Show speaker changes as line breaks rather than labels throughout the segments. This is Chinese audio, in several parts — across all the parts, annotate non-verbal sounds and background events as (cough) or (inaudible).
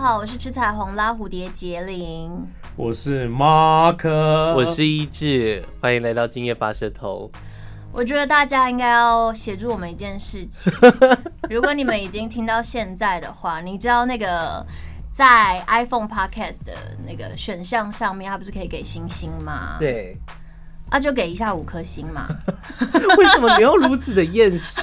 好，我是吃彩虹拉蝴蝶杰林。
我是马克，
我是一志，欢迎来到今夜拔舌头。
我觉得大家应该要协助我们一件事
(laughs)
情。如果你们已经听到现在的话，你知道那个在 iPhone Podcast 的那个选项上面，它不是可以给星星吗？，
对，
啊，就给一下五颗星
(laughs)
嘛。
为什么你要如此的厌 (laughs) 世？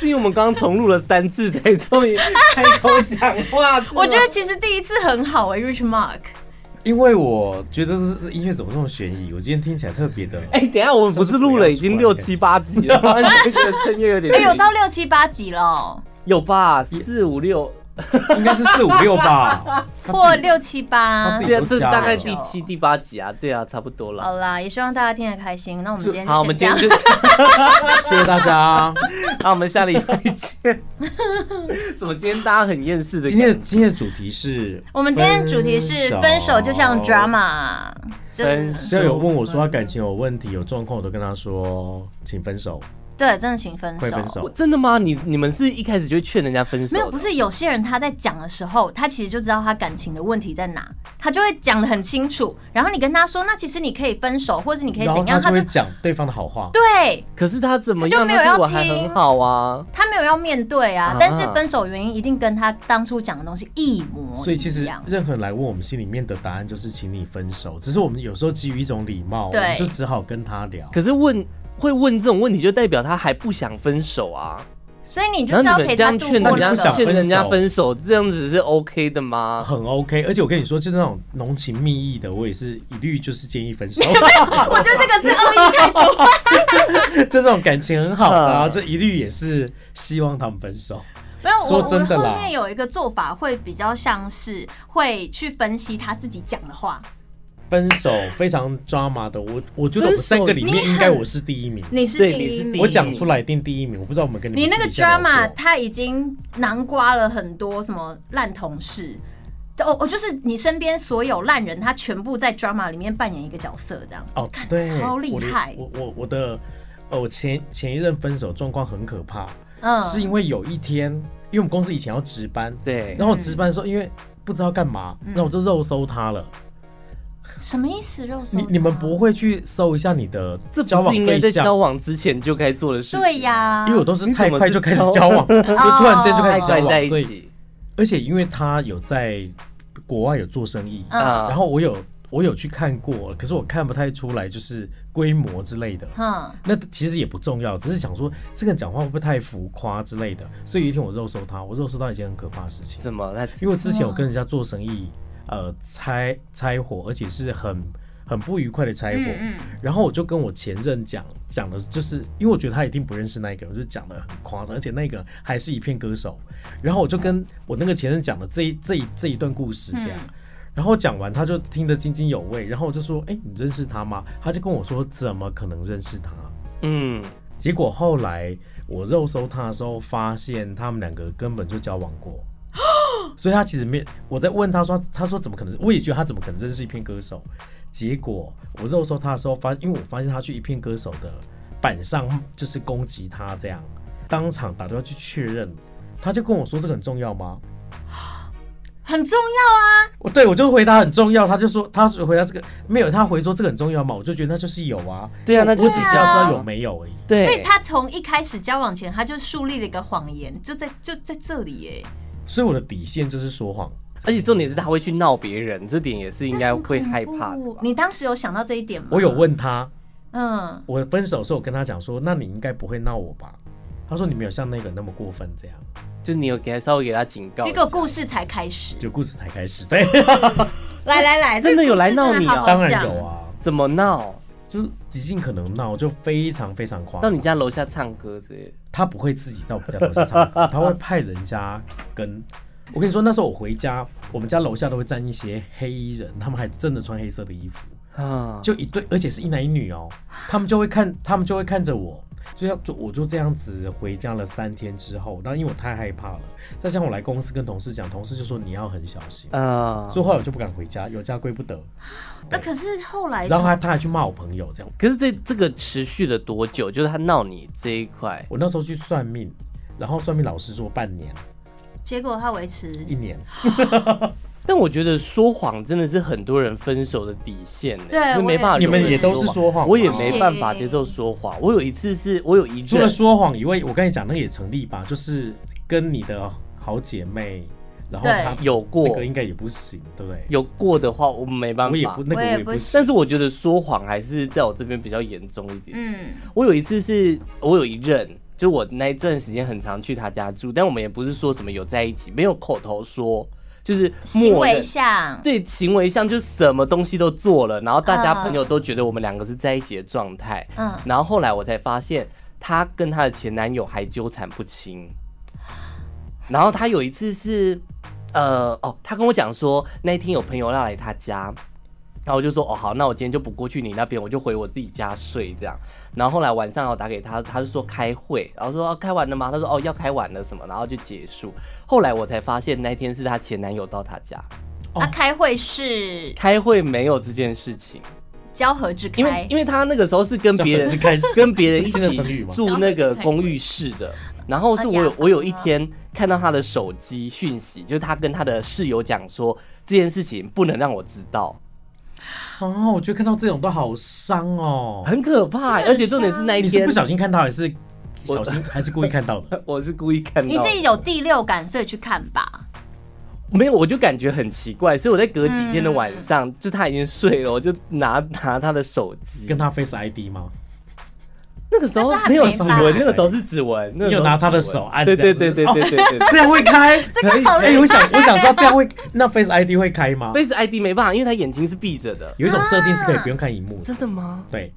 是因为我们刚刚重录了三次才终于开口讲话。
我觉得其实第一次很好哎、r i c h
(laughs)
Mark。
因为我觉得这音乐怎么这么悬疑，我今天听起来特别的。 (laughs)
哎、等一下我们不是录了已经六七八集
(laughs)
了吗？你觉得正月有点
哎、有到六七八集了，
有吧？四五六，
应该是四五六吧， (laughs)
或六七八
他自。己
对啊，这
有加
大概
了
第七、第八集啊，对啊，差不多了。
好啦，也希望大家听得开心。那我哦们今天就
好，我们
先这
今
样
天就，
谢谢大家。
(laughs) 好，我们下礼拜
(laughs)
见。怎么今天大家很厌世的
今
感觉？
天的今天的主题是，
我们今天的主题是分手就像 drama，真
分
的
只要有问我说他感情有问题、有状况，我都跟他说，请分手，
对，真的请分
快分
手。
手。
我真的吗？你你们是一开始就会劝人家分手？
哦没有，不。是有些人他在讲的时候，他其实就知道他感情的问题在哪，他就会讲的很清楚。然后你跟他说，那其实你可以分手，或者你可以
然后
怎
他
样，
就
他
会
就
讲对方的好话。
对
可是他怎么
他就
样？
没有
他对
要
我还
听
很好啊。
他没有要面对啊
啊。
但是分手原因一定跟他当初讲的东西一模
所以其
一
实
样。
任何人来问我们心里面的答案就是请你分手，只是我们有时候基于一种礼貌，我
对
们就只好跟他聊。
可是问会问这种问题，就代表他还不想分手啊。
所以你就
然
是
后
要
你
陪
们这
他
样
度
劝
过
人
那
家
不想
个。
劝人家
分手
分手，这样子是 OK 的吗？
很 OK，而且我跟你说，就是那种浓情蜜意的，我也是一律就是建议分
(laughs)
手，
我觉得这个是恶意开头。
就这种感情很好的、啊，
嗯
就一律也是希望他们分手。
没有，我
说真的
我
啦
后面有一个做法会比较像是会去分析他自己讲的话。
分手非常 drama 的，我我觉得我们三个里
分手
面
你很
应该我是第一名，
你是
对
第
你
一
是第
名
一。
我讲出来一定第一名。我不知道我们跟你们
你那个
私底下聊过哦
drama，他已经囊括了很多什么烂同事，哦，我就是你身边所有烂人，他全部在 drama 里面扮演一个角色，这样
哦
看，
对，
超厉
我的
害
我我我的呃，我前前一任分手状况很可怕，
嗯，
是因为有一天，因为我们公司以前要值班，
对
然，后我值班的时候因为不知道干嘛，
嗯
那我就肉搜他了。
什么意思？肉嗯搜
你你们不会去搜一下你的
这
交
不
往
是应该
对
在交
象？
往之前就该做的事情。
对，呀，
因为我都是太快就开始
你怎
交
(laughs)
往，就突然间就开
太
始交
快
往，
哦在一
所以
起
而且因为他有在国外有做生意，
嗯
啊
然。后我有我有去看过，可是我看不太出来就是规模之类的。
嗯，
那其实也不重要，只是想说这个人讲话会不会太浮夸之类的。所以有一天我肉搜他，我肉搜到一件很可怕的事情，
怎么？他
因为我之前有跟人家做生意，呃，拆拆伙，而且是很很不愉快的拆伙。
嗯嗯
然后我就跟我前任讲，讲的就是因为我觉得他一定不认识那一个人，我就讲的很夸张，而且那个还是一片歌手。然后我就跟我那个前任讲了这一这一这一段故事这样。
嗯
然后讲完，他就听得津津有味，然后我就说：“哎，你认识他吗？”他就跟我说：“怎么可能认识他？”
嗯，
结果后来我肉搜他的时候，发现他们两个根本就交往过， (gasps) 所以他其实没有。我在问他说，他说怎么可能？我也觉得他怎么可能认识一片歌手？结果我肉搜他的时候发，因为我发现他去一片歌手的板上就是攻击他这样，当场打电话去确认，他就跟我说这个很重要吗？
很重要啊。
我哦对我就回答很重要，他就说他回答这个没有，啊他回说这个很重要吗？我就觉得那就是有啊，
对啊，那就
我只是要知道有没有而已。
所以
对，
他从一开始交往前，他就树立了一个谎言，就在就在这里耶。
所以我的底线就是说谎。
而且重点是他会去闹别人，这点也是应该会害怕的
不
吧。
你当时有想到这一点吗？
我有，问他，
嗯，
我分手的时候，我跟他讲说，那你应该不会闹我吧？他说你没有像那个人那么过分，这样
就是你有给他稍微给他警告一
结
下，
果故事才开始。
就故事才开始。对，
来来来，
真
这
的
个
有
故事
来闹
真的
你
好
啊
好
当然
讲
有。啊，
怎么闹？
就是极尽可能闹，就非常非常夸
到
张。
你家楼下唱歌之类的。
他不会自己到我们家楼下唱歌，他会派人家跟。我跟你说，那时候我回家，我们家楼下都会站一些黑衣人，他们还真的穿黑色的衣服，
啊，
就一对，而且是一男一女哦。他们就会看，他们就会看着我，所以要就我就这样子回家了三天之后，然后因为我太害怕了，再加上我来公司跟同事讲，同事就说你要很小心，
啊，
所以后来我就不敢回家，有家归不得。
那可是后来，
然后他他还去骂我朋友这样，
可是这这个持续了多久？就是他闹你这一块
我那时候去算命，然后算命老师说半年，
结果他维持
一年，
但我觉得说谎真的是很多人分手的底线欸，
对
就没办法
我
你
也
忍
是
们也都
受谎。
是说谎，
我也
吗
没办法接受说谎。我有一次是我有一
除了
任，
说谎以外，我跟你讲那个也成立吧，就是跟你的好姐妹，然后
对
她
有过
那个应该也不行，对不对？
有过的话，我们没办
我也
法
不。那个
我
我
也
也
不
不
行
行，
但是我觉得说谎还是在我这边比较严重一点。
嗯
我有一次是我有一任，就我那一阵时间很常去他家住，但我们也不是说什么有在一起，没有口头说，就是
行
默
为
认。
上，
对行为上就什么东西都做了，然后大家
嗯
朋友都觉得我们两个是在一起的状态。
嗯，
然后后来我才发现，她跟她的前男友还纠缠不清。然后她有一次是，呃，哦，她跟我讲说那一天有朋友要来她家，然后我就说哦好，那我今天就不过去你那边，我就回我自己家睡这样。然后后来晚上我打给她，她就说开会，然后说、哦、开完了吗？她说哦要开完了什么，然后就结束。后来我才发现那天是她前男友到她家
哦
他啊开会是
开会，没有这件事情。
交合之
因为
开
因，为他那个时候是跟别人
开始
跟别人一
新的成语
起
吗
住那个公寓室的，然后是我
哎呀
有我有一天看到他的手机讯息，就是他跟他的室友讲说这件事情不能让我知道，
哦，我觉得看到这种都好伤哦。
很可怕，而且重点是那一
你是
哎天
不小心看到还是小心还是故意看到的？
我是故意看
你
到，
是有第六感所以去看吧？
没有我就感觉很奇怪，所以我在隔几天的晚上，就他已经睡了，我就拿拿他的手机
跟，他 Face ID 吗？
那个时候
但是他
没有
没
指
发
纹，那个时候是指纹，那个
你
时
有
候
拿他的
是指纹
手按
对
这样
对
子
对对
哦
对对对。
(laughs) 这样会开？
这个好
哎、
厉
我
害
想我想知道这样会那 Face ID 会开吗？
Face ID 没办法，因为他眼睛是闭着的。
有一种设定是可以不用看荧幕的，
真的吗？
对，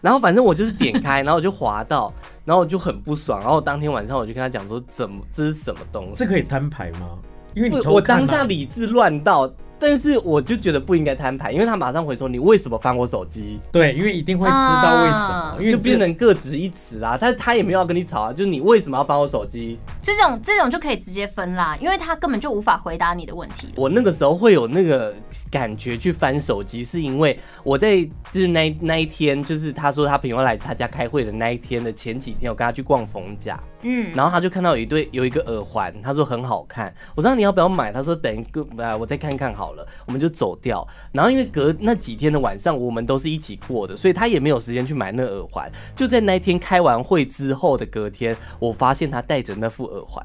然后反正我就是点开，然后我就滑到，然后我就很不爽，然后当天晚上我就跟他讲说，怎么这是什么东西？
这可以摊牌吗？因为你
不
偷
我
看啊
当下理智乱到，但是我就觉得不应该摊牌，因为他马上回说你为什么翻我手机，
对，因为一定会知道为什么，
啊
因为
就变
这个
成各执一词啊。但他也没有要跟你吵啊，就是你为什么要翻我手机？
这种这种就可以直接分啦，因为他根本就无法回答你的问题。
我那个时候会有那个感觉去翻手机，是因为我在就是那一那一天，就是他说他朋友来他家开会的那一天的前几天，我跟他去逛逢甲。
嗯，
然后他就看到有一对有一个耳环，他说很好看，我说那你要不要买？他说等一个呃我再看看好了，我们就走掉。然后因为隔那几天的晚上我们都是一起过的，所以他也没有时间去买那耳环。就在那一天开完会之后的隔天，我发现他戴着那副耳环，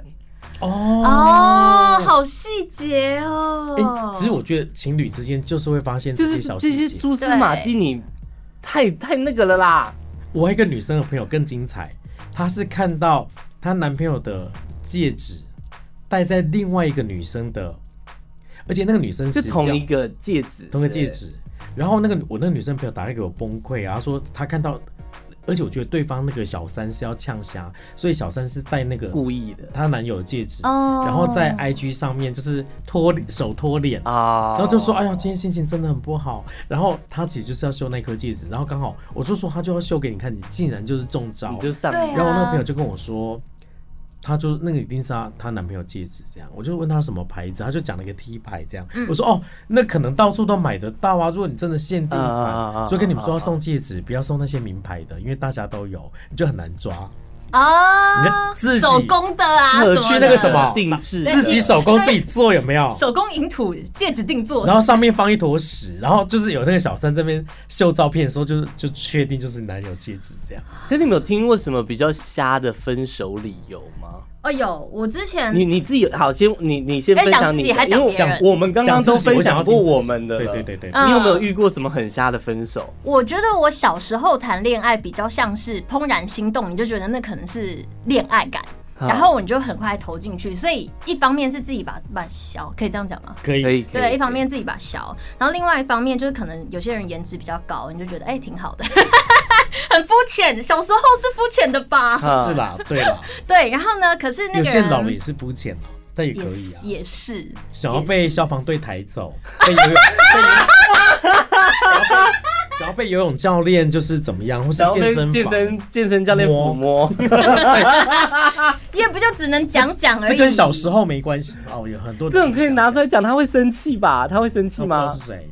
哦。
哦，好细节哦
哎、。其实我觉得情侣之间就是会发现
就
这
是
些小
这
细
些
节。
蛛丝马迹，你太太那个了啦。
我还有一个女生的朋友更精彩，她是看到她男朋友的戒指戴在另外一个女生的，而且那个女生
是
是
同
叫
一个戒指，
同一个戒。指。然后那个我那个女生朋友打电话给我崩溃啊，她说她看到，而且我觉得对方那个啊小三是要呛虾，所以小三是戴那个
故意的
她男友的戒指，
哦
然后在 IG 上面就是脱手脱脸，
啊，
哦
然后就说哎呀，今天心情真的很不好。然后她其实就是要秀那颗戒指，然后刚好我就说她就要秀给你看，你竟然就是中招
你。就上
对啊
然后我那个朋友就跟我说，她就那个一定是她她男朋友戒指这样，我就问她什么牌子，她就讲了一个 T 牌这样。
嗯
我说哦，那可能到处都买得到啊，如果你真的限定
啊啊啊啊
款，所以跟你们说要送戒指，不要送那些名牌的，因为大家都有，你就很难抓。你
啊
就，自己
手工的啊，什
特
么
去
的
那个什么
定制的
自己手工自己做有没有？
手工银土戒指定做，
然后上面放一坨屎，然后就是有那个小三这边秀照片的时候就，就确定就是男友戒指这样。
可是你们有听过什么比较瞎的分手理由吗？
哎呦，我之前
你你自己有好先你你先
哎
分
讲
享
自
你
己
的，
还
因
讲
为我
别人
讲我们刚刚都分享过我们的
对
了，
对对对，
嗯
你有没有遇过什么很瞎的分手？
我觉得我小时候谈恋爱比较像是怦然心动，你就觉得那可能是恋爱感，
啊
然后你就很快投进去。所以一方面是自己把把小，可以这样讲吗？
可以
可以，可
对，
以
一方面自己把小，然后另外一方面就是可能有些人颜值比较高，你就觉得哎、挺好的，很肤浅。小时候是肤浅的吧？
啊
是啦，对
(laughs)
啦，
对，然后呢？可是那
有
个
些人老了
人
也是肤浅啦，但也可
也
以
是
啊。
也是
想要被
也是
消防队抬走，被游泳，被游泳想要被游泳教练就是怎么样，或是
然后
健
被
身
健
房，
身健身教练抚摸， (laughs)
也不就只能讲讲而已。
这跟小时候没关系哦，有很多
这种可以拿出来讲，他会生气吧？他会生气
是吗？我不
吗
知道是？谁？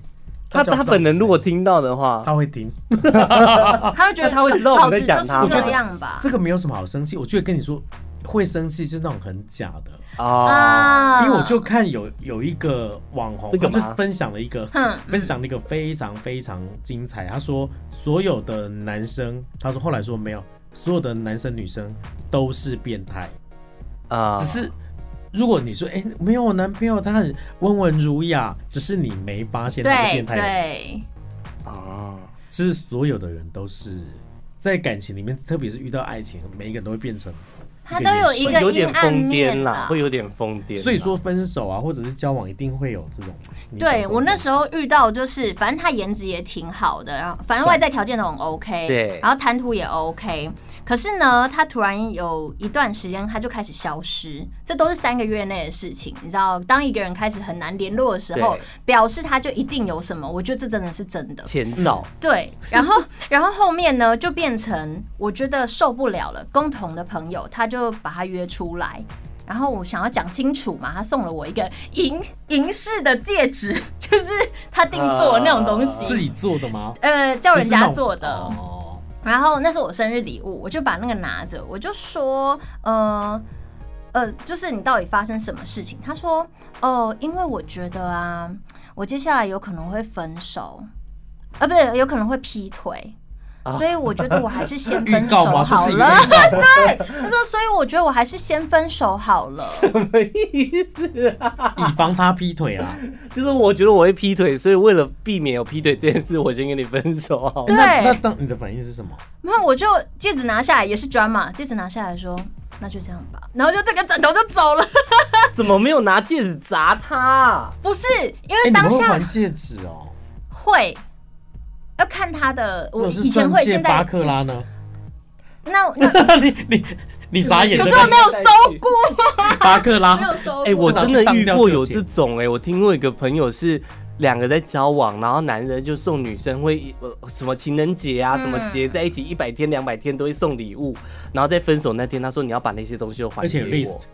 他
叫不
他
到
本
名
人
字
如果听到的话，
他会听，
他会觉得
他会知道我们在讲他
老子就是
吗
这样吧？
这个没有什么好生气。我就会跟你说，会生气就是那种很假的，
哦，
啊嗯
因为我就看有有一个网红，
这个
他
吗
就分享了一个
哼
分享了一个非常非常精彩，他说所有的男生，他说后来说没有，所有的男生女生都是变态，
啊
只是。如果你说，哎、没有我男朋友，他很温文儒雅，只是你没发现他是
对
变态的人。
对，
啊，
其实所有的人都是在感情里面，特别是遇到爱情，每一个人都会变成
他都有一
一
个
会有
阴
点
暗
疯癫
面
啦，
啦。
会有点疯癫啦。
所以说分手啊，或者是交往，一定会有这种。你讲这
对
种
我那
东西
时候遇到就是，反正他颜值也挺好的，然后反正
帅
外在条件都很 OK，
对
然后谈吐也 OK。可是呢，他突然有一段时间他就开始消失，这都是三个月内的事情。你知道，当一个人开始很难联络的时候
对，
表示他就一定有什么。我觉得这真的是真的。
前兆，
对，然后 (laughs) 然后后面呢就变成我觉得受不了了，共同的朋友他就把他约出来。然后我想要讲清楚嘛，他送了我一个银银饰的戒指，就是他定做的那种东西，
啊
自己做的吗？
呃叫人家做的。
不是那种哦，
然后那是我生日礼物，我就把那个拿着，我就说，呃，呃，就是你到底发生什么事情？他说，哦、因为我觉得啊，我接下来有可能会分手，啊，不是，有可能会劈腿。所以我觉得我还是先
(laughs)
分
啊
手
预告吗？这
好
是一
了。(laughs)
个
他说，所以我觉得我还是先分手好了。
以防他劈腿
(laughs)
啊。
就是我觉得我会劈腿，所以为了避免有劈腿这件事，我先跟你分
(laughs)
手好
对
了。
那那当你的反应是什么？
然后我就戒指拿下来，也是 drama，戒指拿下来说，那就这样吧。然后就这个枕头就走了。
怎么没有拿戒指砸他啊？
不是因
哎，
为
你
当
们会
下
还戒指哦？
会，要看他的。
如
我
果是
以前会，
钻戒
现在
巴克拉呢？ (laughs)
那那
你你你傻眼
可
了？
是我没有收过，
巴克
(laughs)
拉
没有收过。
哎、我真的遇过有这种哎、我听过一个朋友是两个在交往，然后男人就送女生会呃什么情人节啊，
嗯
什么节在一起一百天、两百天都会送礼物，然后在分手那天他说你要把那些东西都还
而且有
给我
list，。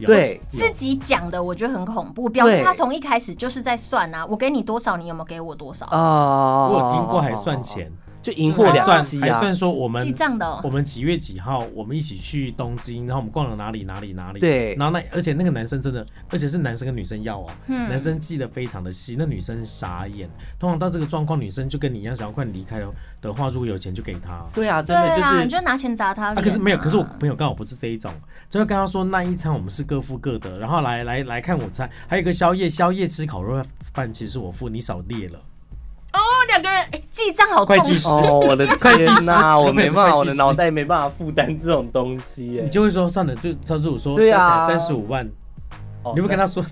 有
对
有
(laughs) 自己讲的，我觉得很恐怖，表示
对
他从一开始就是在算啊，我给你多少，你有没有给我多少？
啊，
我有听过还算，钱，
就赢货两
还
期
算
啊
还，算说我们
记账的哦
我们几月几号我们一起去东京，然后我们逛了哪里哪里哪里。
对
然后那而且那个男生真的，而且是男生跟女生要哦，
嗯
男生记得非常的细，那女生傻眼。通常到这个状况，女生就跟你一样，想要快离开哦的话，如果有钱就给他。
对啊，真
对
的就
啦，你
是
就拿钱砸他
啊，
脸啊。
可是没有，可是我朋友刚好不是这一种，就是跟他说那一餐我们是各付各的，然后来来来看我餐，还有一个宵夜，宵夜吃烤肉饭其实我付，你少列了。
哦两个人哎记账好重
会计师
哦，
(laughs)
我的天哪、我没办法，我
会计
的
师
脑袋没办法负担这种东西、耶。
你就会说算了，就他如果说
对啊
三十五万，
哦
你会跟他说，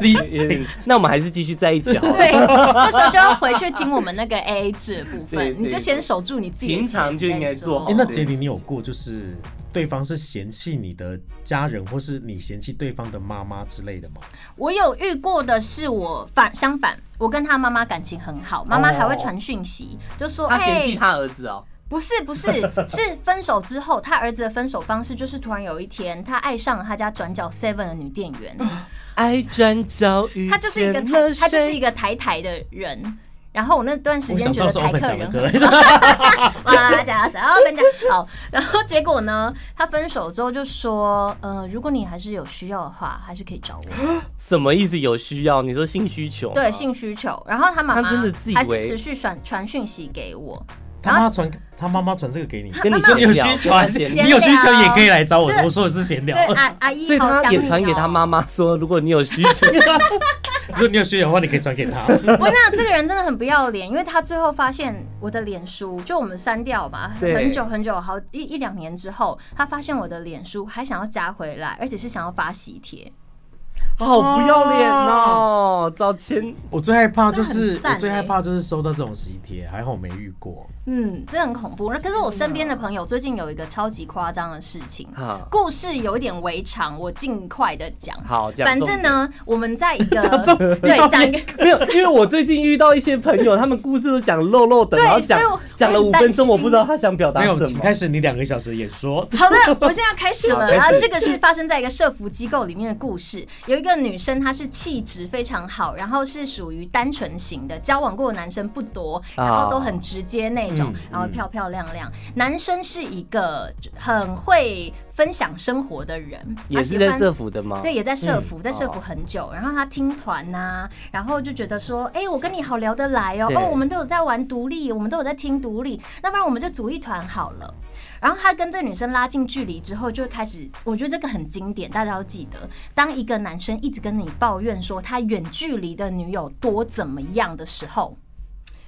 你
也挺， (laughs) 那我们还是继续在一
(laughs)
起好了。
对，这时候就要回去听我们那个 A A 制的部
对对
分，你就先守住你自己的
平常
钱
就应该
再说
做好
哎、那
对
杰林，你有过就是对方是嫌弃你的家人，或是你嫌弃对方的妈妈之类的吗？
我有遇过的是我反相反，我跟他妈妈感情很好，妈妈还会传讯息，就说
他嫌
哎、
弃他儿子哦，
不是不
(laughs)
是，是分手之后，他儿子的分手方式就是突然有一天，他爱上了他家转角 Seven 的女店员，
嗯
爱转角遇
他就是一个
见
台
了
他就是一
谁？
个台台的人。然后我那段时
我
间
想
觉
到
得
是
台
open
客
讲
人
的
很
歌，
(laughs) 哇，假死，然后跟讲好，然后结果呢，他分手之后就说，呃，如果你还是有需要的话，还是可以找我，
什么意思？有需要？你说性需求？
对，。性需求。然后他妈妈
他真的自以为
还是持续传传讯息给我，
他妈传他妈妈传这个给你，
跟你
你有
闲聊
需求还是
闲
聊
你有需求也可以来找我
就是，
我说的是闲聊
对。啊阿阿姨
所以
好
他
想
也
你
传给
哦
他妈妈说，如果你有需求， (laughs)
如果你有需求的话，你可以传给
(laughs)
他。
我那这个人真的很不要脸，因为他最后发现我的脸书，就我们删掉嘛，
(laughs) 对
很久很久，好一一两年之后，他发现我的脸书还想要加回来，而且是想要发喜帖。
好不要脸
(laughs)
哦！赵谦， (laughs)
我最害怕就是
这很赞欸
我最害怕就是收到这种喜帖，还好我没遇过。
嗯，真的很恐怖。那可是我身边的朋友最近有一个超级夸张的事情，
好，
故事有一点微长，我尽快的讲。
好，讲
反
重
正
点，
呢，我们在一
(laughs)
个
重
对讲一个
没有，因为我最近遇到一些朋友，他们故事都讲漏漏的，
对
然后
所以我
讲讲了
我很
五分钟，
担心
我不知道他想表达
没
什
有，
么。
请开始你两个小时的演说。
好的，我现在要开始
好
了。
开始
然后这个是发生在一个社服机构里面的故事。有一个女生，她是气质非常好，然后是属于单纯型的，交往过的男生不多，
啊
然后都很直接那种
嗯，
然后漂漂亮亮。男生是一个很会分享生活的人，
也
他
是
喜
在
欢
社福的吗？
啊对，也在社服，
嗯
在社服
哦
很久。然后他听团呐、然后就觉得说，哎、我跟你好聊得来哦，
对
哦，我们都有在玩独立，我们都有在听独立，那不然我们就组一团好了。然后他跟这女生拉近距离之后，就会开始，我觉得这个很经典，大家要记得。当一个男生一直跟你抱怨说他远距离的女友多怎么样的时候，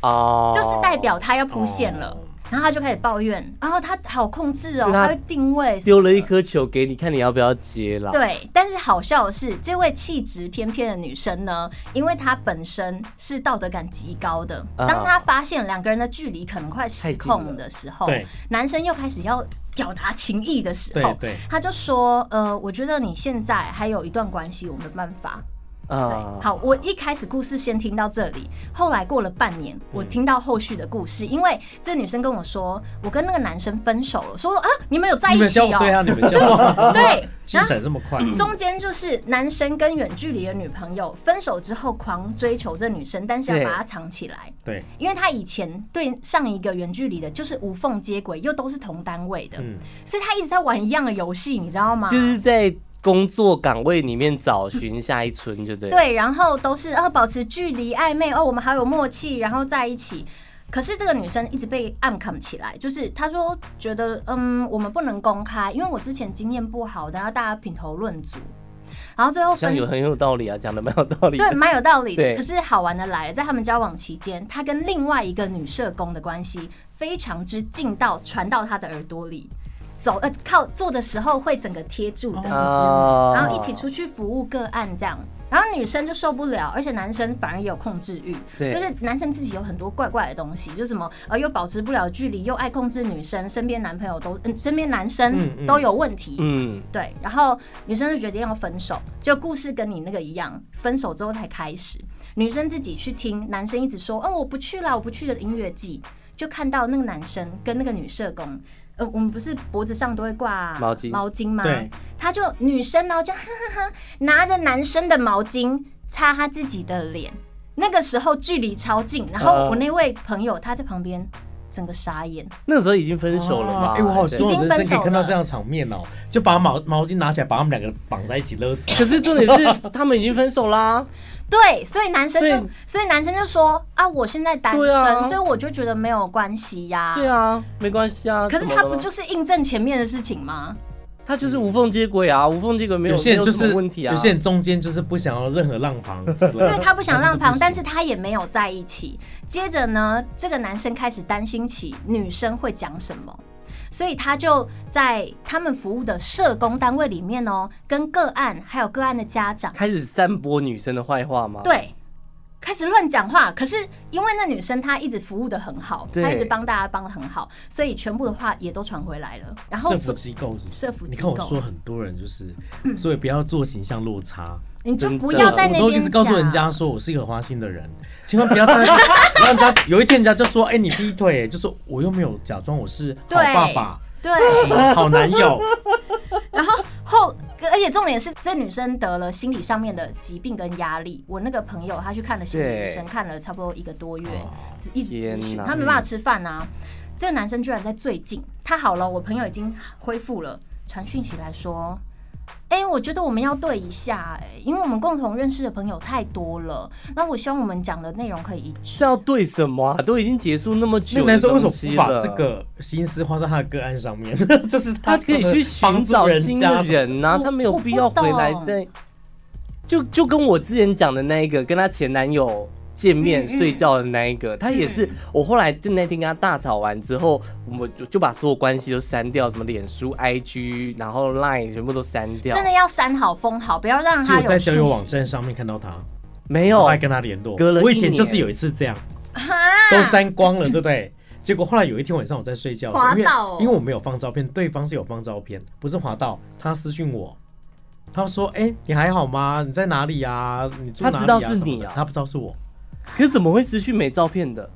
哦，
就是代表他要铺线了。
哦
然后他就开始抱怨，然后他好控制哦，
就他
他会定位什么的，
丢了一颗球给你，看你要不要接啦。
对，但是好笑的是，这位气质翩翩的女生呢，因为她本身是道德感极高的，
啊
当她发现两个人的距离可能快失
太
控
近了
的时候
对，
男生又开始要表达情意的时候
对，对
他就说：“呃，我觉得你现在还有一段关系，我没办法。”
啊
对，好，我一开始故事先听到这里，后来过了半
嗯
年，我听到后续的故事，因为这女生跟我说，我跟那个男生分手了，说啊，你们有在
你
一
们
起
交
哦、
对啊，你们
(laughs)
交
啊
对，
进
然后
展这么快，
中间就是男生跟远距离的女朋友分手之后狂追求这女生，但是要
对
把她藏起来，
对，
因为他以前对上一个远距离的就是无缝接轨，又都是同单位的，
嗯，
所以他一直在玩一样的游戏，你知道吗？
就是在工作岗位里面找寻下一春，就对。，
对，然后都是哦保持距离暧昧哦，我们好有默契，然后在一起。可是这个女生一直被暗扛起来，就是她说觉得嗯，我们不能公开，因为我之前经验不好，然后大家品头论足，然后最后
好像
分
有很有道理啊，讲的蛮有道理的。
对，蛮有道理的。
对
可是好玩的来了，在他们交往期间，他跟另外一个女社工的关系非常之近到传到他的耳朵里，走呃靠坐的时候会整个贴住的，
啊
然后一起出去服务个案这样。然后女生就受不了，而且男生反而也有控制欲，
对
就是男生自己有很多怪怪的东西，就是什么呃又保持不了距离，又爱控制女生，身边男朋友都、嗯身边男
嗯
生
嗯
都有问题，
嗯，
对，然后女生就决定要分手，就故事跟你那个一样，分手之后才开始。女生自己去听，男生一直说，嗯，我不去啦，我不去的音乐季，就看到那个男生跟那个女社工，呃，我们不是脖子上都会挂
毛巾
毛巾吗？
对，
他就女生呢就哈哈哈拿着男生的毛巾擦他自己的脸，那个时候距离超近，然后
呃
我那位朋友他在旁边整个傻眼，
那时候已经分手了嘛。
哎，我好希
对
望
哦已
我
经
人生可
分手
以看到
了
这样的场面哦，就把毛毛巾拿起来，把他们两个绑在一起
(laughs)
勒死。
可是重点是他们已经分手啦。
对，所以男生就
所以
所，以男生就说啊，我现在单
对
身，
啊
所以我就觉得没有关系呀、
对啊，没关系啊。
可是
怎么
他
了
不就是印证前面的事情吗？
他就是无缝接轨啊，无缝接轨没有
些人就
没有什
是
么问题
嗯
啊。
有些人中间就是不想要任何浪旁，
啊
因为他不想让旁，但
(laughs)
是
行
他也没有在一起。接着呢，这个男生开始担心起女生会讲什么，所以他就在他们服务的社工单位里面哦，跟个案还有个案的家长
开始散播女生的坏话吗？，
对，开始乱讲话。可是因为那女生她一直服务的很好，
对
她一直帮大家帮的很好，所以全部的话也都传回来了。然后
社
所
服机构是不是
社服机
你
构
看我说很多人就是，所以不要做形象落差。
你就不
真的
要在那
我都一
边
直告诉人
讲
家说我是一个花心的人，千万不要在那
(laughs)
边让人家有一天人家就说，哎，你劈腿，就说我又没有假装我是好
对
爸爸、
对，
好男友，
然后后，而且重点是，这女生得了心理上面的疾病跟压力。我那个朋友，她去看了心理医生，看了差不多一个多月
哦，
只一直嗯咨询，
天哪
她没办法吃饭啊。这个男生居然在最近，他好了，我朋友已经恢复了，传讯息来说，哎、我觉得我们要对一下、哎，因为我们共同认识的朋友太多了，那我希望我们讲的内容可以一
(laughs)
致。
是要对什么啊？都已经结束那么久
那
的
男生为什么
东西
不把
了
这个心思花在他的个案上面？ (laughs) 就是
他可以去寻找新的
帮助人家
人呐、
我
他没有必要回来
我不懂
再。就就跟我之前讲的那一个，跟她前男友见
嗯
面
嗯
睡觉的那一个，他也是
嗯
我后来就那天跟他大吵完之后，我就就把所有关系都删掉，什么脸书、IG，然后 Line 全部都删掉
真。的要删好封好，不要让
其实
他
我在
有
交
讯
友网
息。
站上面看到他，
没
我
有
还，跟他联络
隔了。一
我以前
年
就是有一次这样，
哈
都删光了，对不对？ (laughs) 结果后来有一天晚上我在睡觉的时候，因
滑到哦
为因为我没有放照片，对方是有放照片，不是滑到，他私讯我，他说：“哎、你还好吗？你在哪里啊？你住哪里、啊？”
他知道是你啊
什么的他不知道是我，
可是怎么会失去没照片的？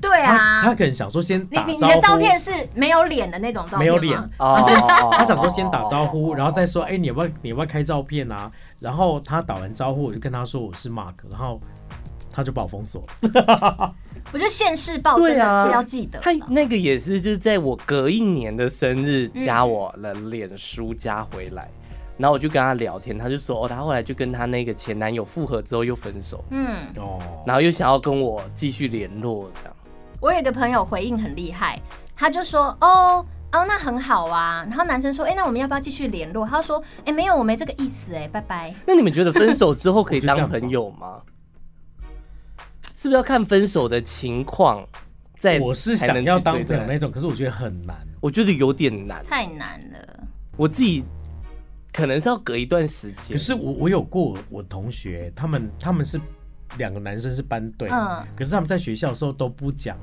对啊
他，他可能想说先
你
打
你你
招
的
呼，
照片是没有脸的那种照片吗
没有脸，
哦，
他
他
想说先打招呼，然后再说：“哎、你要不要你要不要开照片啊？”然后他打完招呼，我就跟他说我是 Mark，然后他就把我封锁了。
我觉得现世报真
对
的
啊
是要记得
他
啦，
那个也是，就是在我隔一年的生日加我了脸书加回来，然后我就跟他聊天，他就说哦，他后来就跟他那个前男友复合之后又分手，
嗯，
哦，
然后又想要跟我继续联络这样。
我有一个朋友回应很厉害，他就说哦。哦，那很好啊。然后男生说：“哎、那我们要不要继续联络？”他说：“哎、没有，我没这个意思、哎，拜拜。
那你们觉得分手之后可以
我就这样
当朋友吗？是不是要看分手的情况？在
我是
才能
想
去
要当
对
朋友
待
那种，可是我觉得很难。
我觉得有点难”，
太难了。
我自己可能是要隔一段时间
可。是我我有过我同学，他们他们是两个男生是班队，
嗯
可是他们在学校的时候都不讲，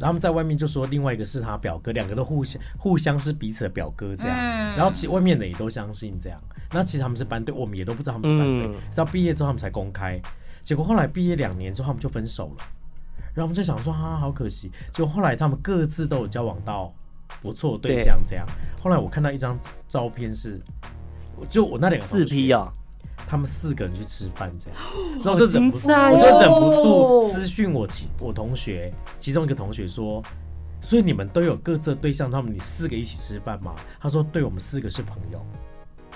然后他们在外面就说另外一个是他表哥，两个都互相互相是彼此的表哥这样，
嗯
然后其外面的也都相信这样，那其实他们是班队，我们也都不知道他们是班队，
嗯
直到毕业之后他们才公开，结果后来毕业两年之后他们就分手了，然后我们就想说啊好可惜，结果后来他们各自都有交往到不错的对
对
象这样，后来我看到一张照片是。我就我那两个同
四
学
P 啊，他
他们四个人去吃饭
(gasps)
这样，然后
好
我就忍
精
不住，
彩
我就忍不
哦
住私讯我其我同学，其中一个同学说，所以你们都有各自的对象，他们你四个一起吃饭吗？他说，对我们四个是朋友，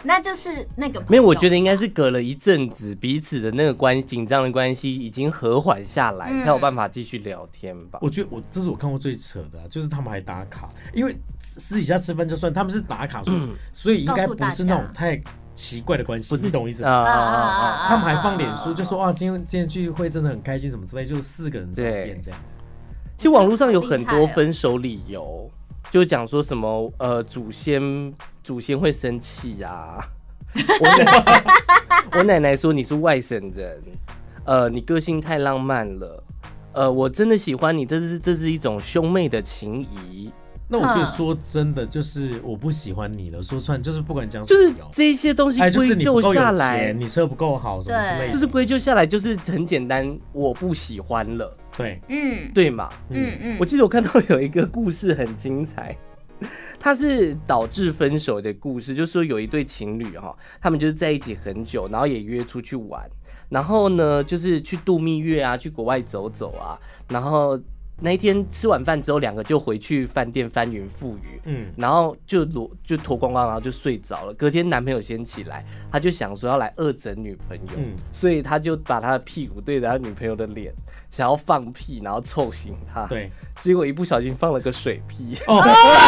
那就是那个
没有，我觉
得
得应该是隔了一阵子，彼此的那个关紧张的关系已经和缓下来，
嗯
才有办法继续聊天吧。
我觉得我这是我看过最扯的啊、就是他们还打卡，因为私底下吃饭就算，他们是打卡说，所以应该
告诉
不
大
是那种
家
太奇怪的关系，
嗯不是
你懂我意思
啊
吗？
啊啊啊！
他们还放脸书，就说啊，今天今天聚会真的很开心，什么之类，就是四个人照片
对
这样。
其实网络上有很多分手理由，就讲说什么呃祖先祖先会生气啊，我奶 (laughs) 我奶奶说你是外省人，呃你个性太浪漫了，呃我真的喜欢你，这是这是一种兄妹的情谊，
那我觉得
嗯
说真的，就是我不喜欢你了。说穿就是不管讲什
就
么
是
理由
这些东西
哎，就是
归
你不
咎
够
下
有
来，
钱，你车不够好什么之类
对
的，
就是归咎下来就是很简单，我不喜欢了，
对，
嗯
对吗？
嗯嗯，
我记得我看到有一个故事很精彩， (laughs) 它是导致分手的故事，就是说有一对情侣哈，他们就是在一起很久，然后也约出去玩，然后呢就是去度蜜月啊，去国外走走啊，然后那一天吃完饭之后，两个就回去饭店翻云覆雨。
嗯，
然后就裸就脱光光，然后就睡着了。隔天男朋友先起来，他就想说要来恶整女朋友，
嗯
所以他就把他的屁股对着他女朋友的脸，想要放屁，然后臭醒她。
对。
结果一不小心放了个水屁， (laughs)
哦，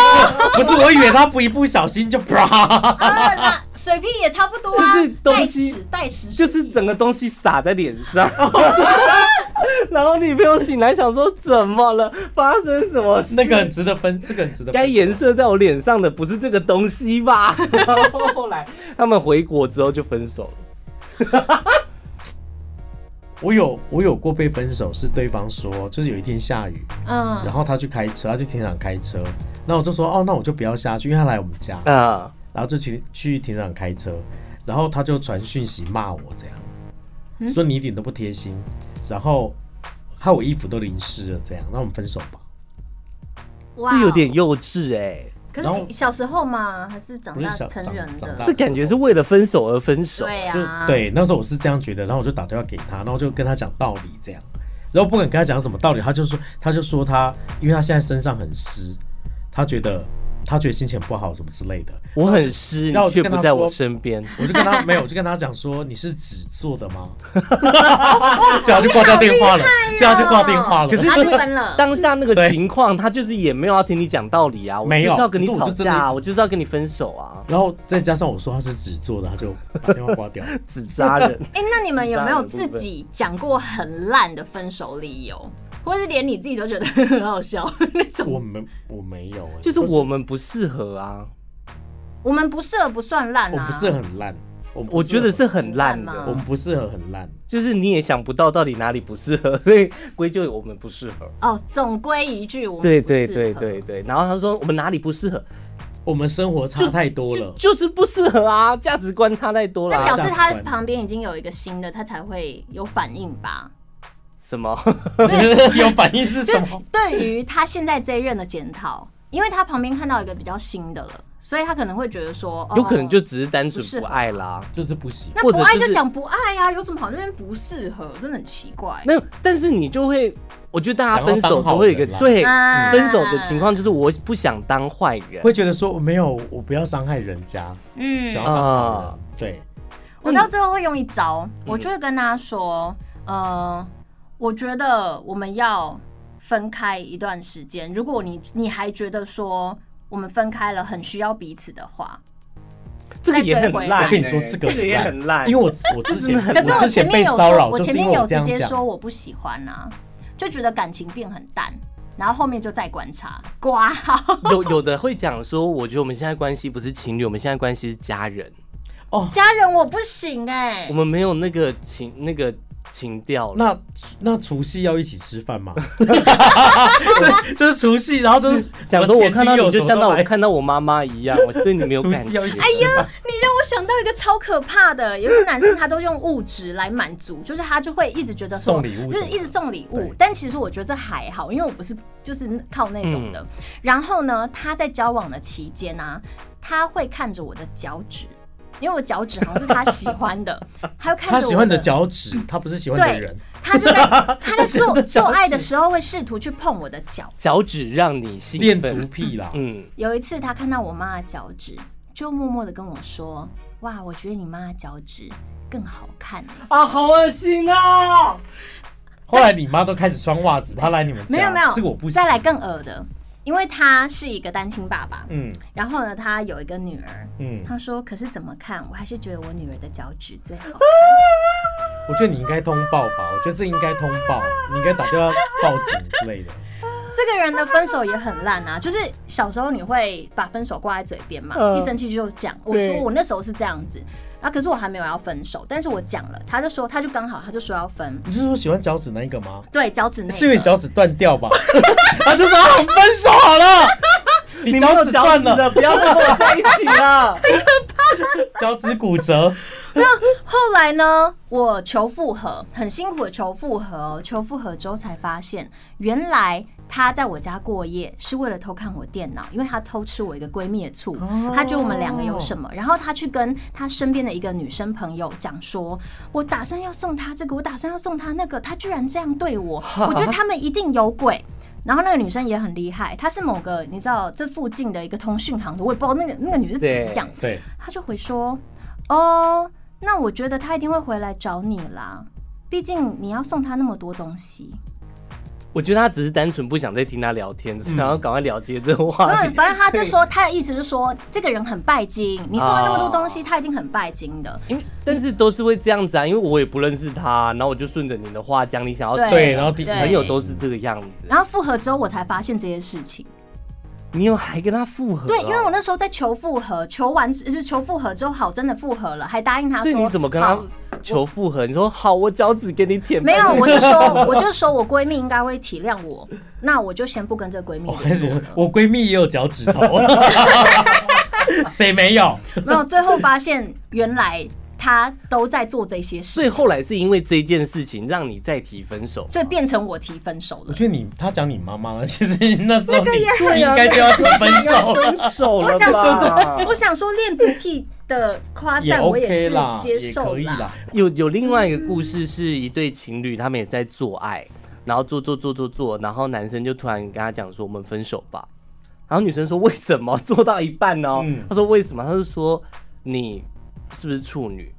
(laughs) 不是，我以为他不一不小心就啪， (laughs)
啊，那水屁也差不多啊，
就是东西
带屎，带屎
就是
水屁
整个东西洒在脸上。 (laughs) 然后女朋友醒来想说怎么了，发生什么事？
那个很值得分，这个很值得分。
该颜色在我脸上的不是这个东西吧？ (laughs) 然后后来他们回国之后就分手了。
我有我有过被分手，是对方说，就是有一天下雨，然
嗯，
后他去开车，他去停车场开车，那我就说哦，那我就不要下去，因为他来我们家，
啊、
然后就去去停车场开车，然后他就传讯息骂我这样，说你一点都不贴心，然后害我衣服都淋湿了这样，那我们分手吧。
哇
这有点幼稚哎、
可
然后
是小时候嘛，还是长
不
大
是小
成
长
人
长
的
大，
这感觉是为了分手而分手。
对
就
啊，，
对，那时候我是这样觉得，然后我就打电话给他，然后就跟他讲道理这样，然后不管跟他讲什么道理，他就说他就说他，因为他现在身上很湿，他觉得他觉得心情不好什么之类的，
我很湿，
然后
你
我就
却
跟
不
他
在我
说
身边。
我就跟他没有，我就跟他讲说你是纸做的吗？ (laughs) 就他就挂掉电话了，就他就挂电话了。
可是
他就分了
当下那个
对
情况，他就是也没有要听你讲道理啊，我
没
就
有
是要跟你
可是我
吵
就真
架
的
啊，我就是要跟你分手啊，
然后再加上我说他是纸做的，他就把电话挂
(laughs)
掉。
纸扎
(laughs)
人。
哎、那你们有没有
长大
自
的部分
己讲过很烂的分手理由，或是连你自己都觉得 (laughs) 很好笑那种？
我没我没有、欸，
就是我们不适合啊，
我们不适合不算烂
我
啊，
不是很烂，我不
我觉得
适
是很烂
很烂
合
吗
我
的，
们不适合很烂。
就是你也想不到到底哪里不适合， (laughs) 所以归咎于我们不适合。
哦，总归一句，我们
对
不适
对
合
对对，对，然后他说我们哪里不适合，
我们生活差太多
就
了，
就是不适合啊，价值观差太多
那
啦
表。
这
示
样
他
子关
旁边已经有一个新的，他才会有反应吧？
什么？
(laughs) 有反应是
就
什么？
对于他现在这一任的检讨，因为他旁边看到一个比较新的了，所以他可能会觉得说，哦
有可能就只是单纯
不适
不
合
爱啦。
就是不行。
那
或
不
者
爱
就是
就讲不爱啊，有什么好那边不适合，真的很奇怪。
那但是你就会，我觉得大家分
想要
手
当好
都会有一个
人啦
对、
啊
哎分手的情况，就是我不想当坏人。
会觉得说没有，我不要伤害人家，
嗯
想要当好人
啊
对，
我到最后会用一招，
嗯
我就会跟他说，呃，我觉得我们要分开一段时间。如果你你还觉得说我们分开了很需要彼此的
(laughs)
话，
这个也很烂、欸
我跟你说，欸这个
这个也很烂，
因为我我之前
真的很
可是
我之
前
前被
面有
骚
说，
扰，
我
就是
前
因
面
为
有
我这
直
样
接
讲。
说我不喜欢啊，就觉得感情变很淡，然后后面就再观察，刮好。
有有的会讲说，我觉得我们现在关系不是情侣，我们现在关系是家人，
家人我不行哎、
我们没有那个情那个情调了。
那那除夕要一起吃
(laughs)
饭吗？ (laughs) 对，就是除夕，然后就是
讲说我看到
前
你就
女友
像到
什么
我
都来
看到我妈妈一 (laughs) 样，我对你没有
除
感
夕
觉。
要一起吃饭。
你让我想到一个超可怕的，有一个男生他都用物质来满足，就是他就会一直觉得说
送礼物
就
什
是
么
一直送礼物
对。
但其实我觉得这还好，因为我不是就是靠那种
嗯
的。然后呢，他在交往的期间啊，他会看着我的脚趾，因为我脚趾好像是他喜欢
(laughs)
的，他会看着
他
我
喜欢你的嗯脚趾，他不是喜欢你的
对
人。
他就
(laughs)
在他在
喜欢
做
的脚
做爱的
趾
时候会试图去碰我的脚。
脚趾让你兴
恋足
奋，
癖啦，
嗯，
有一次，他看到我妈的脚趾，就默默的跟我说：“哇，我觉得你妈的脚趾更好看。欸
啊，好恶心啊！
后来你妈都开始穿袜子，她来你们”家，
没有没有，
这个我不行。
再来，更恶的，因为他是一个单亲爸爸，
嗯
然后呢，他有一个女儿。
嗯，
他说：“可是怎么看，我还是觉得我女儿的脚趾最
(laughs)
好。
我觉得你应该通报吧，我觉得这应该通报，你应该打电话报警之类的。”
这个人的分手也很烂啊，就是小时候你会把分手挂在嘴边嘛，
嗯
一生气就讲。我
对
说我那时候是这样子，然后可是我还没有要分手，但是我讲了，他就说他就刚好他就说要分，
你就是说喜欢脚趾那一个吗？
对脚趾那个
是因为你脚趾断掉吧？他就说啊我们分手好了，你脚趾断了，
不要再跟我在一起了。
(laughs) 脚趾骨折，
后来呢，我求复合，很辛苦的求复合哦。求复合之后才发现，原来他在我家过夜是为了偷看我电脑，因为他偷吃我一个闺蜜的醋，他觉得我们两个有什么，然后他去跟他身边的一个女生朋友讲说，我打算要送他这个，我打算要送他那个，他居然这样对我，我觉得他们一定有鬼。然后那个女生也很厉害，她是某个你知道这附近的一个通讯行的，我也不知道那个那个女是怎么
对
样，
对，
他就回说：“哦，那我觉得他一定会回来找你啦，毕竟你要送他那么多东西。
我觉得他只是单纯不想再听他聊天，想要赶快了结这个话
嗯，
题。
反正他就说他的意思是说，这个人很拜金，你送他那么多
啊
东西，他一定很拜金的。
因为但是都是会这样子啊，因为我也不认识他，然后我就顺着你的话讲你想要
对
对然后第
对
哦朋友都是这个样子。
然后复合之后，我才发现这些事情。
你有还跟他复合哦、
对，因为我那时候在求复合，求完就是求复合之后，好，真的复合了，还答应他
所
说。
以你怎么跟他
好
求复合？你说好，我脚趾给你舔。
没有，我就
(laughs)
说，我就说我闺蜜应该会体谅我，那我就先不跟这个闺蜜
我
联
开
络
始
了。
我闺蜜也有脚趾 (laughs) 头，谁没有？
没有，最后发现原来他都在做这些事
所以
情，
后来是因为这件事情让你再提分手。
所以变成我提分手
我
了。
觉得你他讲你妈妈， (laughs) 其实那时候你
很
你应该就要提分手了。
分手了
想
吧？
我想说恋足癖的夸
啊 (laughs) 也
赞，我
OK
是
啦，
接
也
受
可以啦。。
有有另外一个故事，是一对情侣，他们也在做爱，然后做做做做做，然后男生就突然跟他讲说：“我们分手吧。”然后女生说：“为什么？做到一半哦。
嗯
他说：“为什么？”他就说：“你是不是处女？”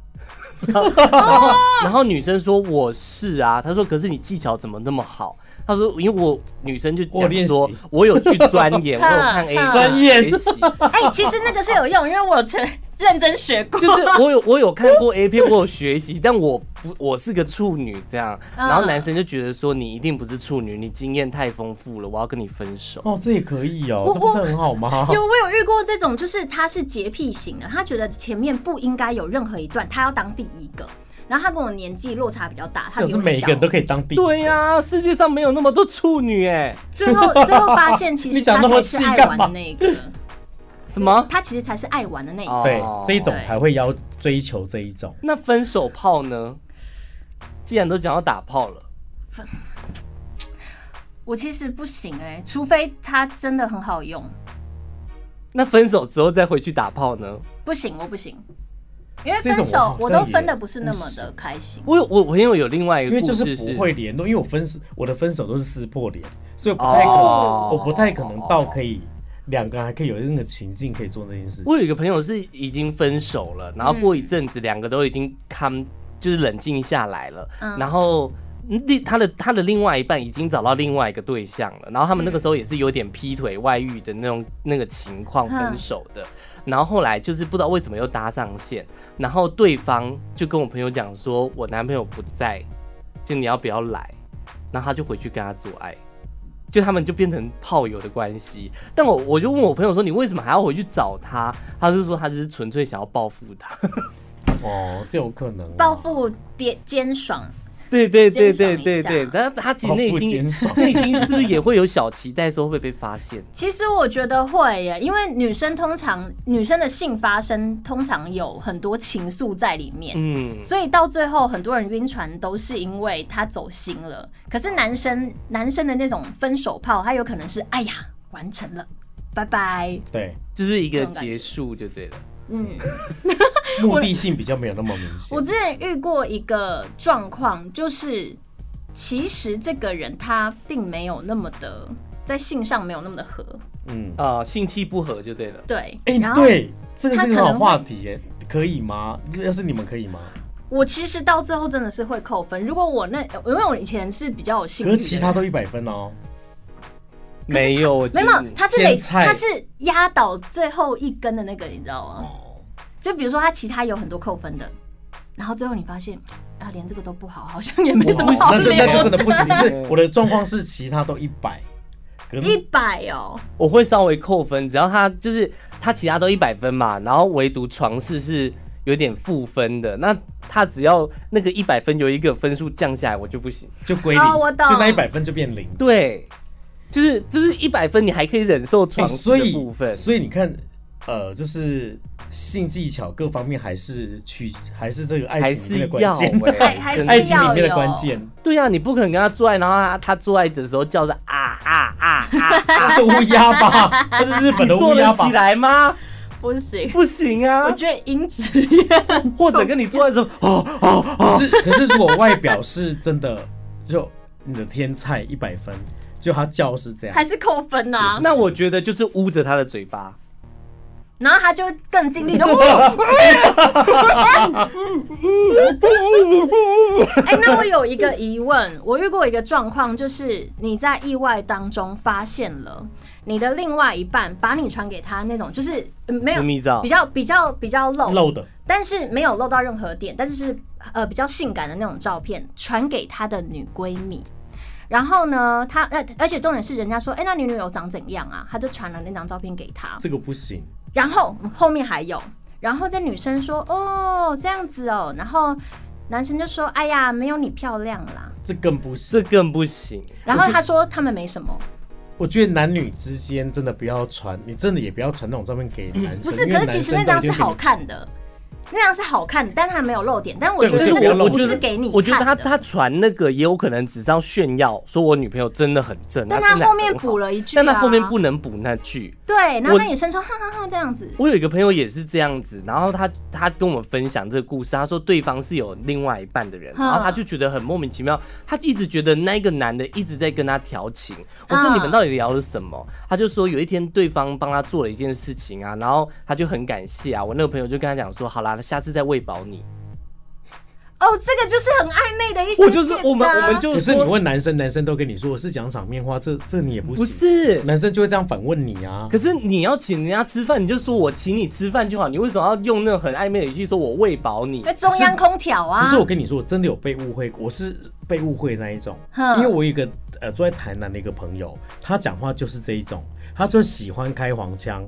(laughs) 然后，然后女生说：“我是啊。”他说：“可是你技巧怎么那么好？”他说：“因为我女生就
我有
讲
练习
说，我有去钻研，我有看 A 片
钻研
学习
哎、其实那个是有用，因为我有成认真学
(laughs)
过。
(laughs) 就是我有我有看过 A 片，我有学习，但我不我是个处女这样，
嗯
然后男生就觉得说你一定不是处女，你经验太丰富了，我要跟你分手。
哦，这也可以哦，
我
这不是很
(laughs)
好吗？
有我有遇过这种，就是他是洁癖型的，他觉得前面不应该有任何一段，他要当第一个。然后他跟我年纪落差比较大，他
就
比
是
我
每一
小
个。人都可以当第一个
对呀、世界上没有那么多处女哎、
最后最后发现，其
(laughs) 你
实
讲
他
那
才
么细
是爱
干
玩
嘛
的那一个，
什么？
他其实才是爱玩的那一个。
对
哦，
这一种才会要追求这一种。
那分手炮呢？既然都讲要打炮了，
欸我其实不行哎、除非它真的很好用。
那分手之后再回去打炮呢？
不行，我不行，因为
这
分
种我
手
好
我
像
都
也
分的不是那么
不
的
行
开心。
我有我朋友有另外一
因
个
为
故
就
事
是
是
不会联动，因为我分手我的分手都是撕破脸，所以我不太可能，
哦
我不太可能到可以两个人还可以有那个情境可以做那件事情。
我有一个朋友是已经分手了，然后过一阵子两个都已经 come 就是冷静下来了，
嗯
然后嗯另他的他的另外一半已经找到另外一个对象了，然后他们那个时候也是有点劈腿外遇的那种那个情况分手的，然后后来就是不知道为什么又搭上线，然后对方就跟我朋友讲说，我男朋友不在，就你要不要来？然后他就回去跟他做爱，就他们就变成炮友的关系。但我我就问我朋友说，你为什么还要回去找他？他就说他只是纯粹想要报复他。
哦，这有可能啊、
报复别奸爽，
对对对
奸
对
爽一
对 (laughs) 对，
下
但他其实
报
内
复
心
(laughs)
奸爽
(laughs) 内心是不是也会有小期待，说会不会被发现？
其实我觉得会耶，因为女生通常女生的性发生通常有很多情愫在里面，
(laughs) 嗯，
所以到最后很多人晕船都是因为他走心了。可是男生男生的那种分手炮，他有可能是哎呀完成了，拜拜，
对，
就是一
这
个
种感觉
结束就对了。
嗯。
目的性比较没有那么明显
我。之前遇过一个状况，就是其实这个人他并没有那么的在性上没有那么的合，
嗯，
啊，性气不合就对了。
对，
哎、
然后
对，这个
他
是
可
很好
能会
话题耶，可以吗？要是你们可以吗？
我其实到最后真的是会扣分。如果我那因为我以前是比较有性
可
欲的
是
人，
其他都一百分哦。
没有，我觉
没
得
有没有，他是累，
天菜
他是压倒最后一根的那个，你知道吗？
哦，
就比如说他其他有很多扣分的，然后最后你发现啊，连这个都不好，好像也没什么好
那就那就
聊
真的不
(laughs)
行。
对
是我的状况是其他都一百，可
一
是
百哦，
我会稍微扣分，只要他就是他其他都一百分嘛，然后唯独床事是有点负分的，那他只要那个一百分有一个分数降下来，我就不行。
就归零，
哦我懂
就那一百分就变零。
对，就是就是一百分你还可以忍受床
欸所
事的
以
部分，
所以你看，呃，就是性技巧各方面还是去，还是这个爱
还
情里
是
面的
要
关键。
还
欸
还是
真的
爱情里
要
面
有
的关键，
对啊，你不可能跟他做爱，然后他他做爱的时候叫着啊啊啊
(laughs)
啊，
它是乌鸦吧？它是日本
你
的
做
乌
得
鸦
起
吧？
来吗？
不行。
不行
我
啊，
觉得音质也很
或者跟你做爱的时候哦哦
可
哦，
是 (laughs) 可是，如果外表是真的，就你的天菜一百分，就他叫是这样
还，是扣分啊呐、
哦那我觉得就是捂着他的嘴巴。
然后他就更尽力
(laughs)
的。哦哎、那我有一个疑问，我遇过一个状况，就是你在意外当中发现了你的另外一半把你传给他那种，就是呃没有
私密照
比较比较比较露，
漏的
但是没有露到任何点，但是是呃比较性感的那种照片传给她的女闺蜜。然后呢，她呃，而且重点是人家说，哎，那你女友长怎样啊？她就传了那张照片给她。
这个不行。
然后后面还有，然后这女生说，哦，这样子哦，然后男生就说，哎呀，没有你漂亮啦。
这更不行，
这更不行。
然后他说他们没什么，
我觉得男女之间真的不要传，你真的也不要传那种照片给男生。
嗯不是，
因为
可是
男
其实
生
那张是
都一定给你
好，看的，那张是好看的，但他没有露点，但我
对
觉得
我觉得
那
不要
个
露
不
点
是给你看的
我觉得他他传那个也有可能只是要炫耀，说我女朋友真的很正。
但
她
他
身材
后面
很好
补，了一句、啊，
但他后面不能补那句。
对，然后
我
那女生说哈哈哈这样子，
我有一个朋友也是这样子，然后他他跟我们分享这个故事，他说对方是有另外一半的人，
嗯
然后他就觉得很莫名其妙，他一直觉得那个男的一直在跟他调情。我说
嗯
你们到底聊了什么？他就说有一天对方帮他做了一件事情啊，然后他就很感谢啊。我那个朋友就跟他讲说，好啦，下次再喂饱你。
哦，这个就是很暧昧的一些、
我就是我们我
啊
们。就
可是你
说
问男生，男生都跟你说我是讲场面话，这这你也不行。
不是，
男生就会这样反问你啊。
可是你要请人家吃饭，你就说我请你吃饭就好，你为什么要用那种很暧昧的语气说我喂饱你
那？中央空调啊，
可是我跟你说，我真的有被误会，我是被误会的那一种
哼，
因为我有一个呃住在台南的一个朋友，他讲话就是这一种，他就喜欢开黄腔，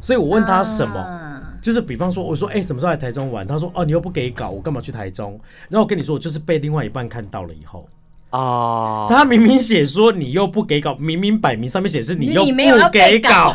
所以我问他什么，
啊
就是比方说我说哎、什么时候来台中玩，他说哦你又不给搞，我干嘛去台中？然后我跟你说，我就是被另外一半看到了以后，
哦
啊，
他明明写说你又不给搞，明明摆明上面写是你
你
又
你没有要
不
给
给
搞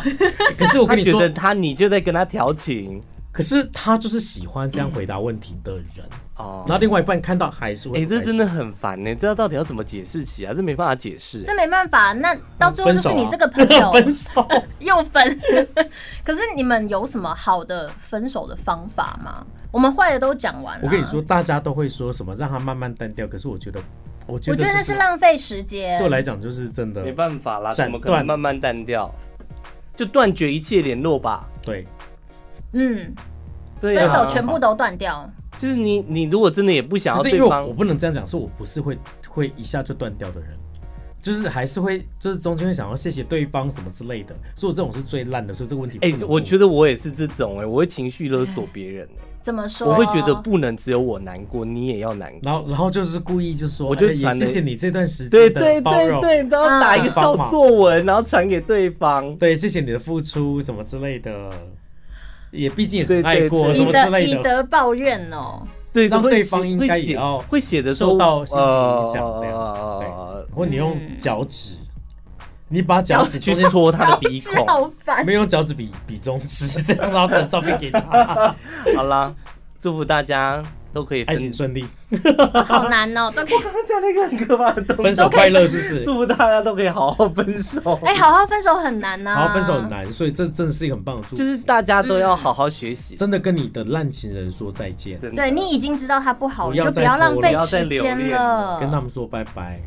(laughs)
搞，可是我
他
跟你
觉
说
得，他你就在跟他调情
嗯
可是他就是喜欢这样回答问题的人。
哦
然，后另外一半看到还是会
哎、
不开
这
心
真的很烦呢、这到底要怎么解释起啊？这没办法解释、
这没办法，那到最后就是你这个朋
嗯分手
友
啊 (laughs) 分
(laughs)
手，
又分。 (laughs) 可是你们有什么好的分手的方法吗？我们坏的都讲完了。啊
我跟你说，，大家都会说什么让他慢慢淡掉，可是我觉得，我觉
我
得
觉得
就
那是浪费时间
对我。来讲就是真的
没办法啦，
斩
怎么可能
断
慢慢淡掉？就断绝一切联络吧。
对，
嗯，
对
分
啊，
手全部都断掉。
就是你，你如果真的也不想要
可是因
对
为我
方
我，不能这样讲，是我不是会会一下就断掉的人，就是还是会就是中间会想要谢谢对方什么之类的，所以我这种是最烂的，所以这个问题
哎、我觉
得
得我也是这种哎、我会情绪勒索别人、欸，
怎么说？
啊
我会觉得不能只有我难过，你也要难过。
然后然后就是故意就说，
我就
哎也
传了
谢谢你这段时
对
间
对
的包
对
容，
对，都要打一个小作文，然后传给对方。
对谢谢你的付出什么之类的，也毕竟也曾
对对
爱过
对
什
以
么之
德
类
以
的，
德报怨哦。
对，
让
会
对
写
方应该
会
也
写
要
会写的时候
受到心情影响这样
呃
或你用
嗯
脚趾，你把脚趾中
去 (laughs)
间
戳他的
老
鼻
(laughs) 子好
孔。
烦
没。有用脚趾比比中指， (laughs) 这样然后传照片给他，
(laughs) 好啦，祝福大家都可以
爱
分
情顺利，
好难
(laughs)
哦。都可以
刚刚讲了一个很可怕的东
分手嗯快乐是不是
西，？祝福大家都可以好好分手。
哎，好好分手很难啊呐。
然后分手很。难，所以这真的是一个很棒的祝福
就。是大家都要好好学习，
真的跟你的烂情人说再见，
真
嗯
的。
对你已 (laughs) 经知道他不好了，
不要
就不
再
要
拖了
浪费
不
要再
时
留
间
恋了
了。
跟他们说拜拜。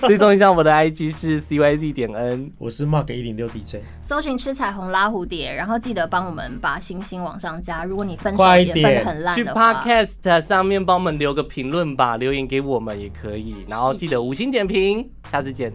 追踪一下我的 IG 是 CYZ 点 N。
我是 Mark 一零六 DJ，
搜寻吃彩虹拉蝴蝶，然后记得帮我们把星星往上加。如果你分手
快
也分的
点
很烂
去
的话，
Podcast 上面帮我们留个评论吧，留言给我们也可以，然后记得五星点评，下次见，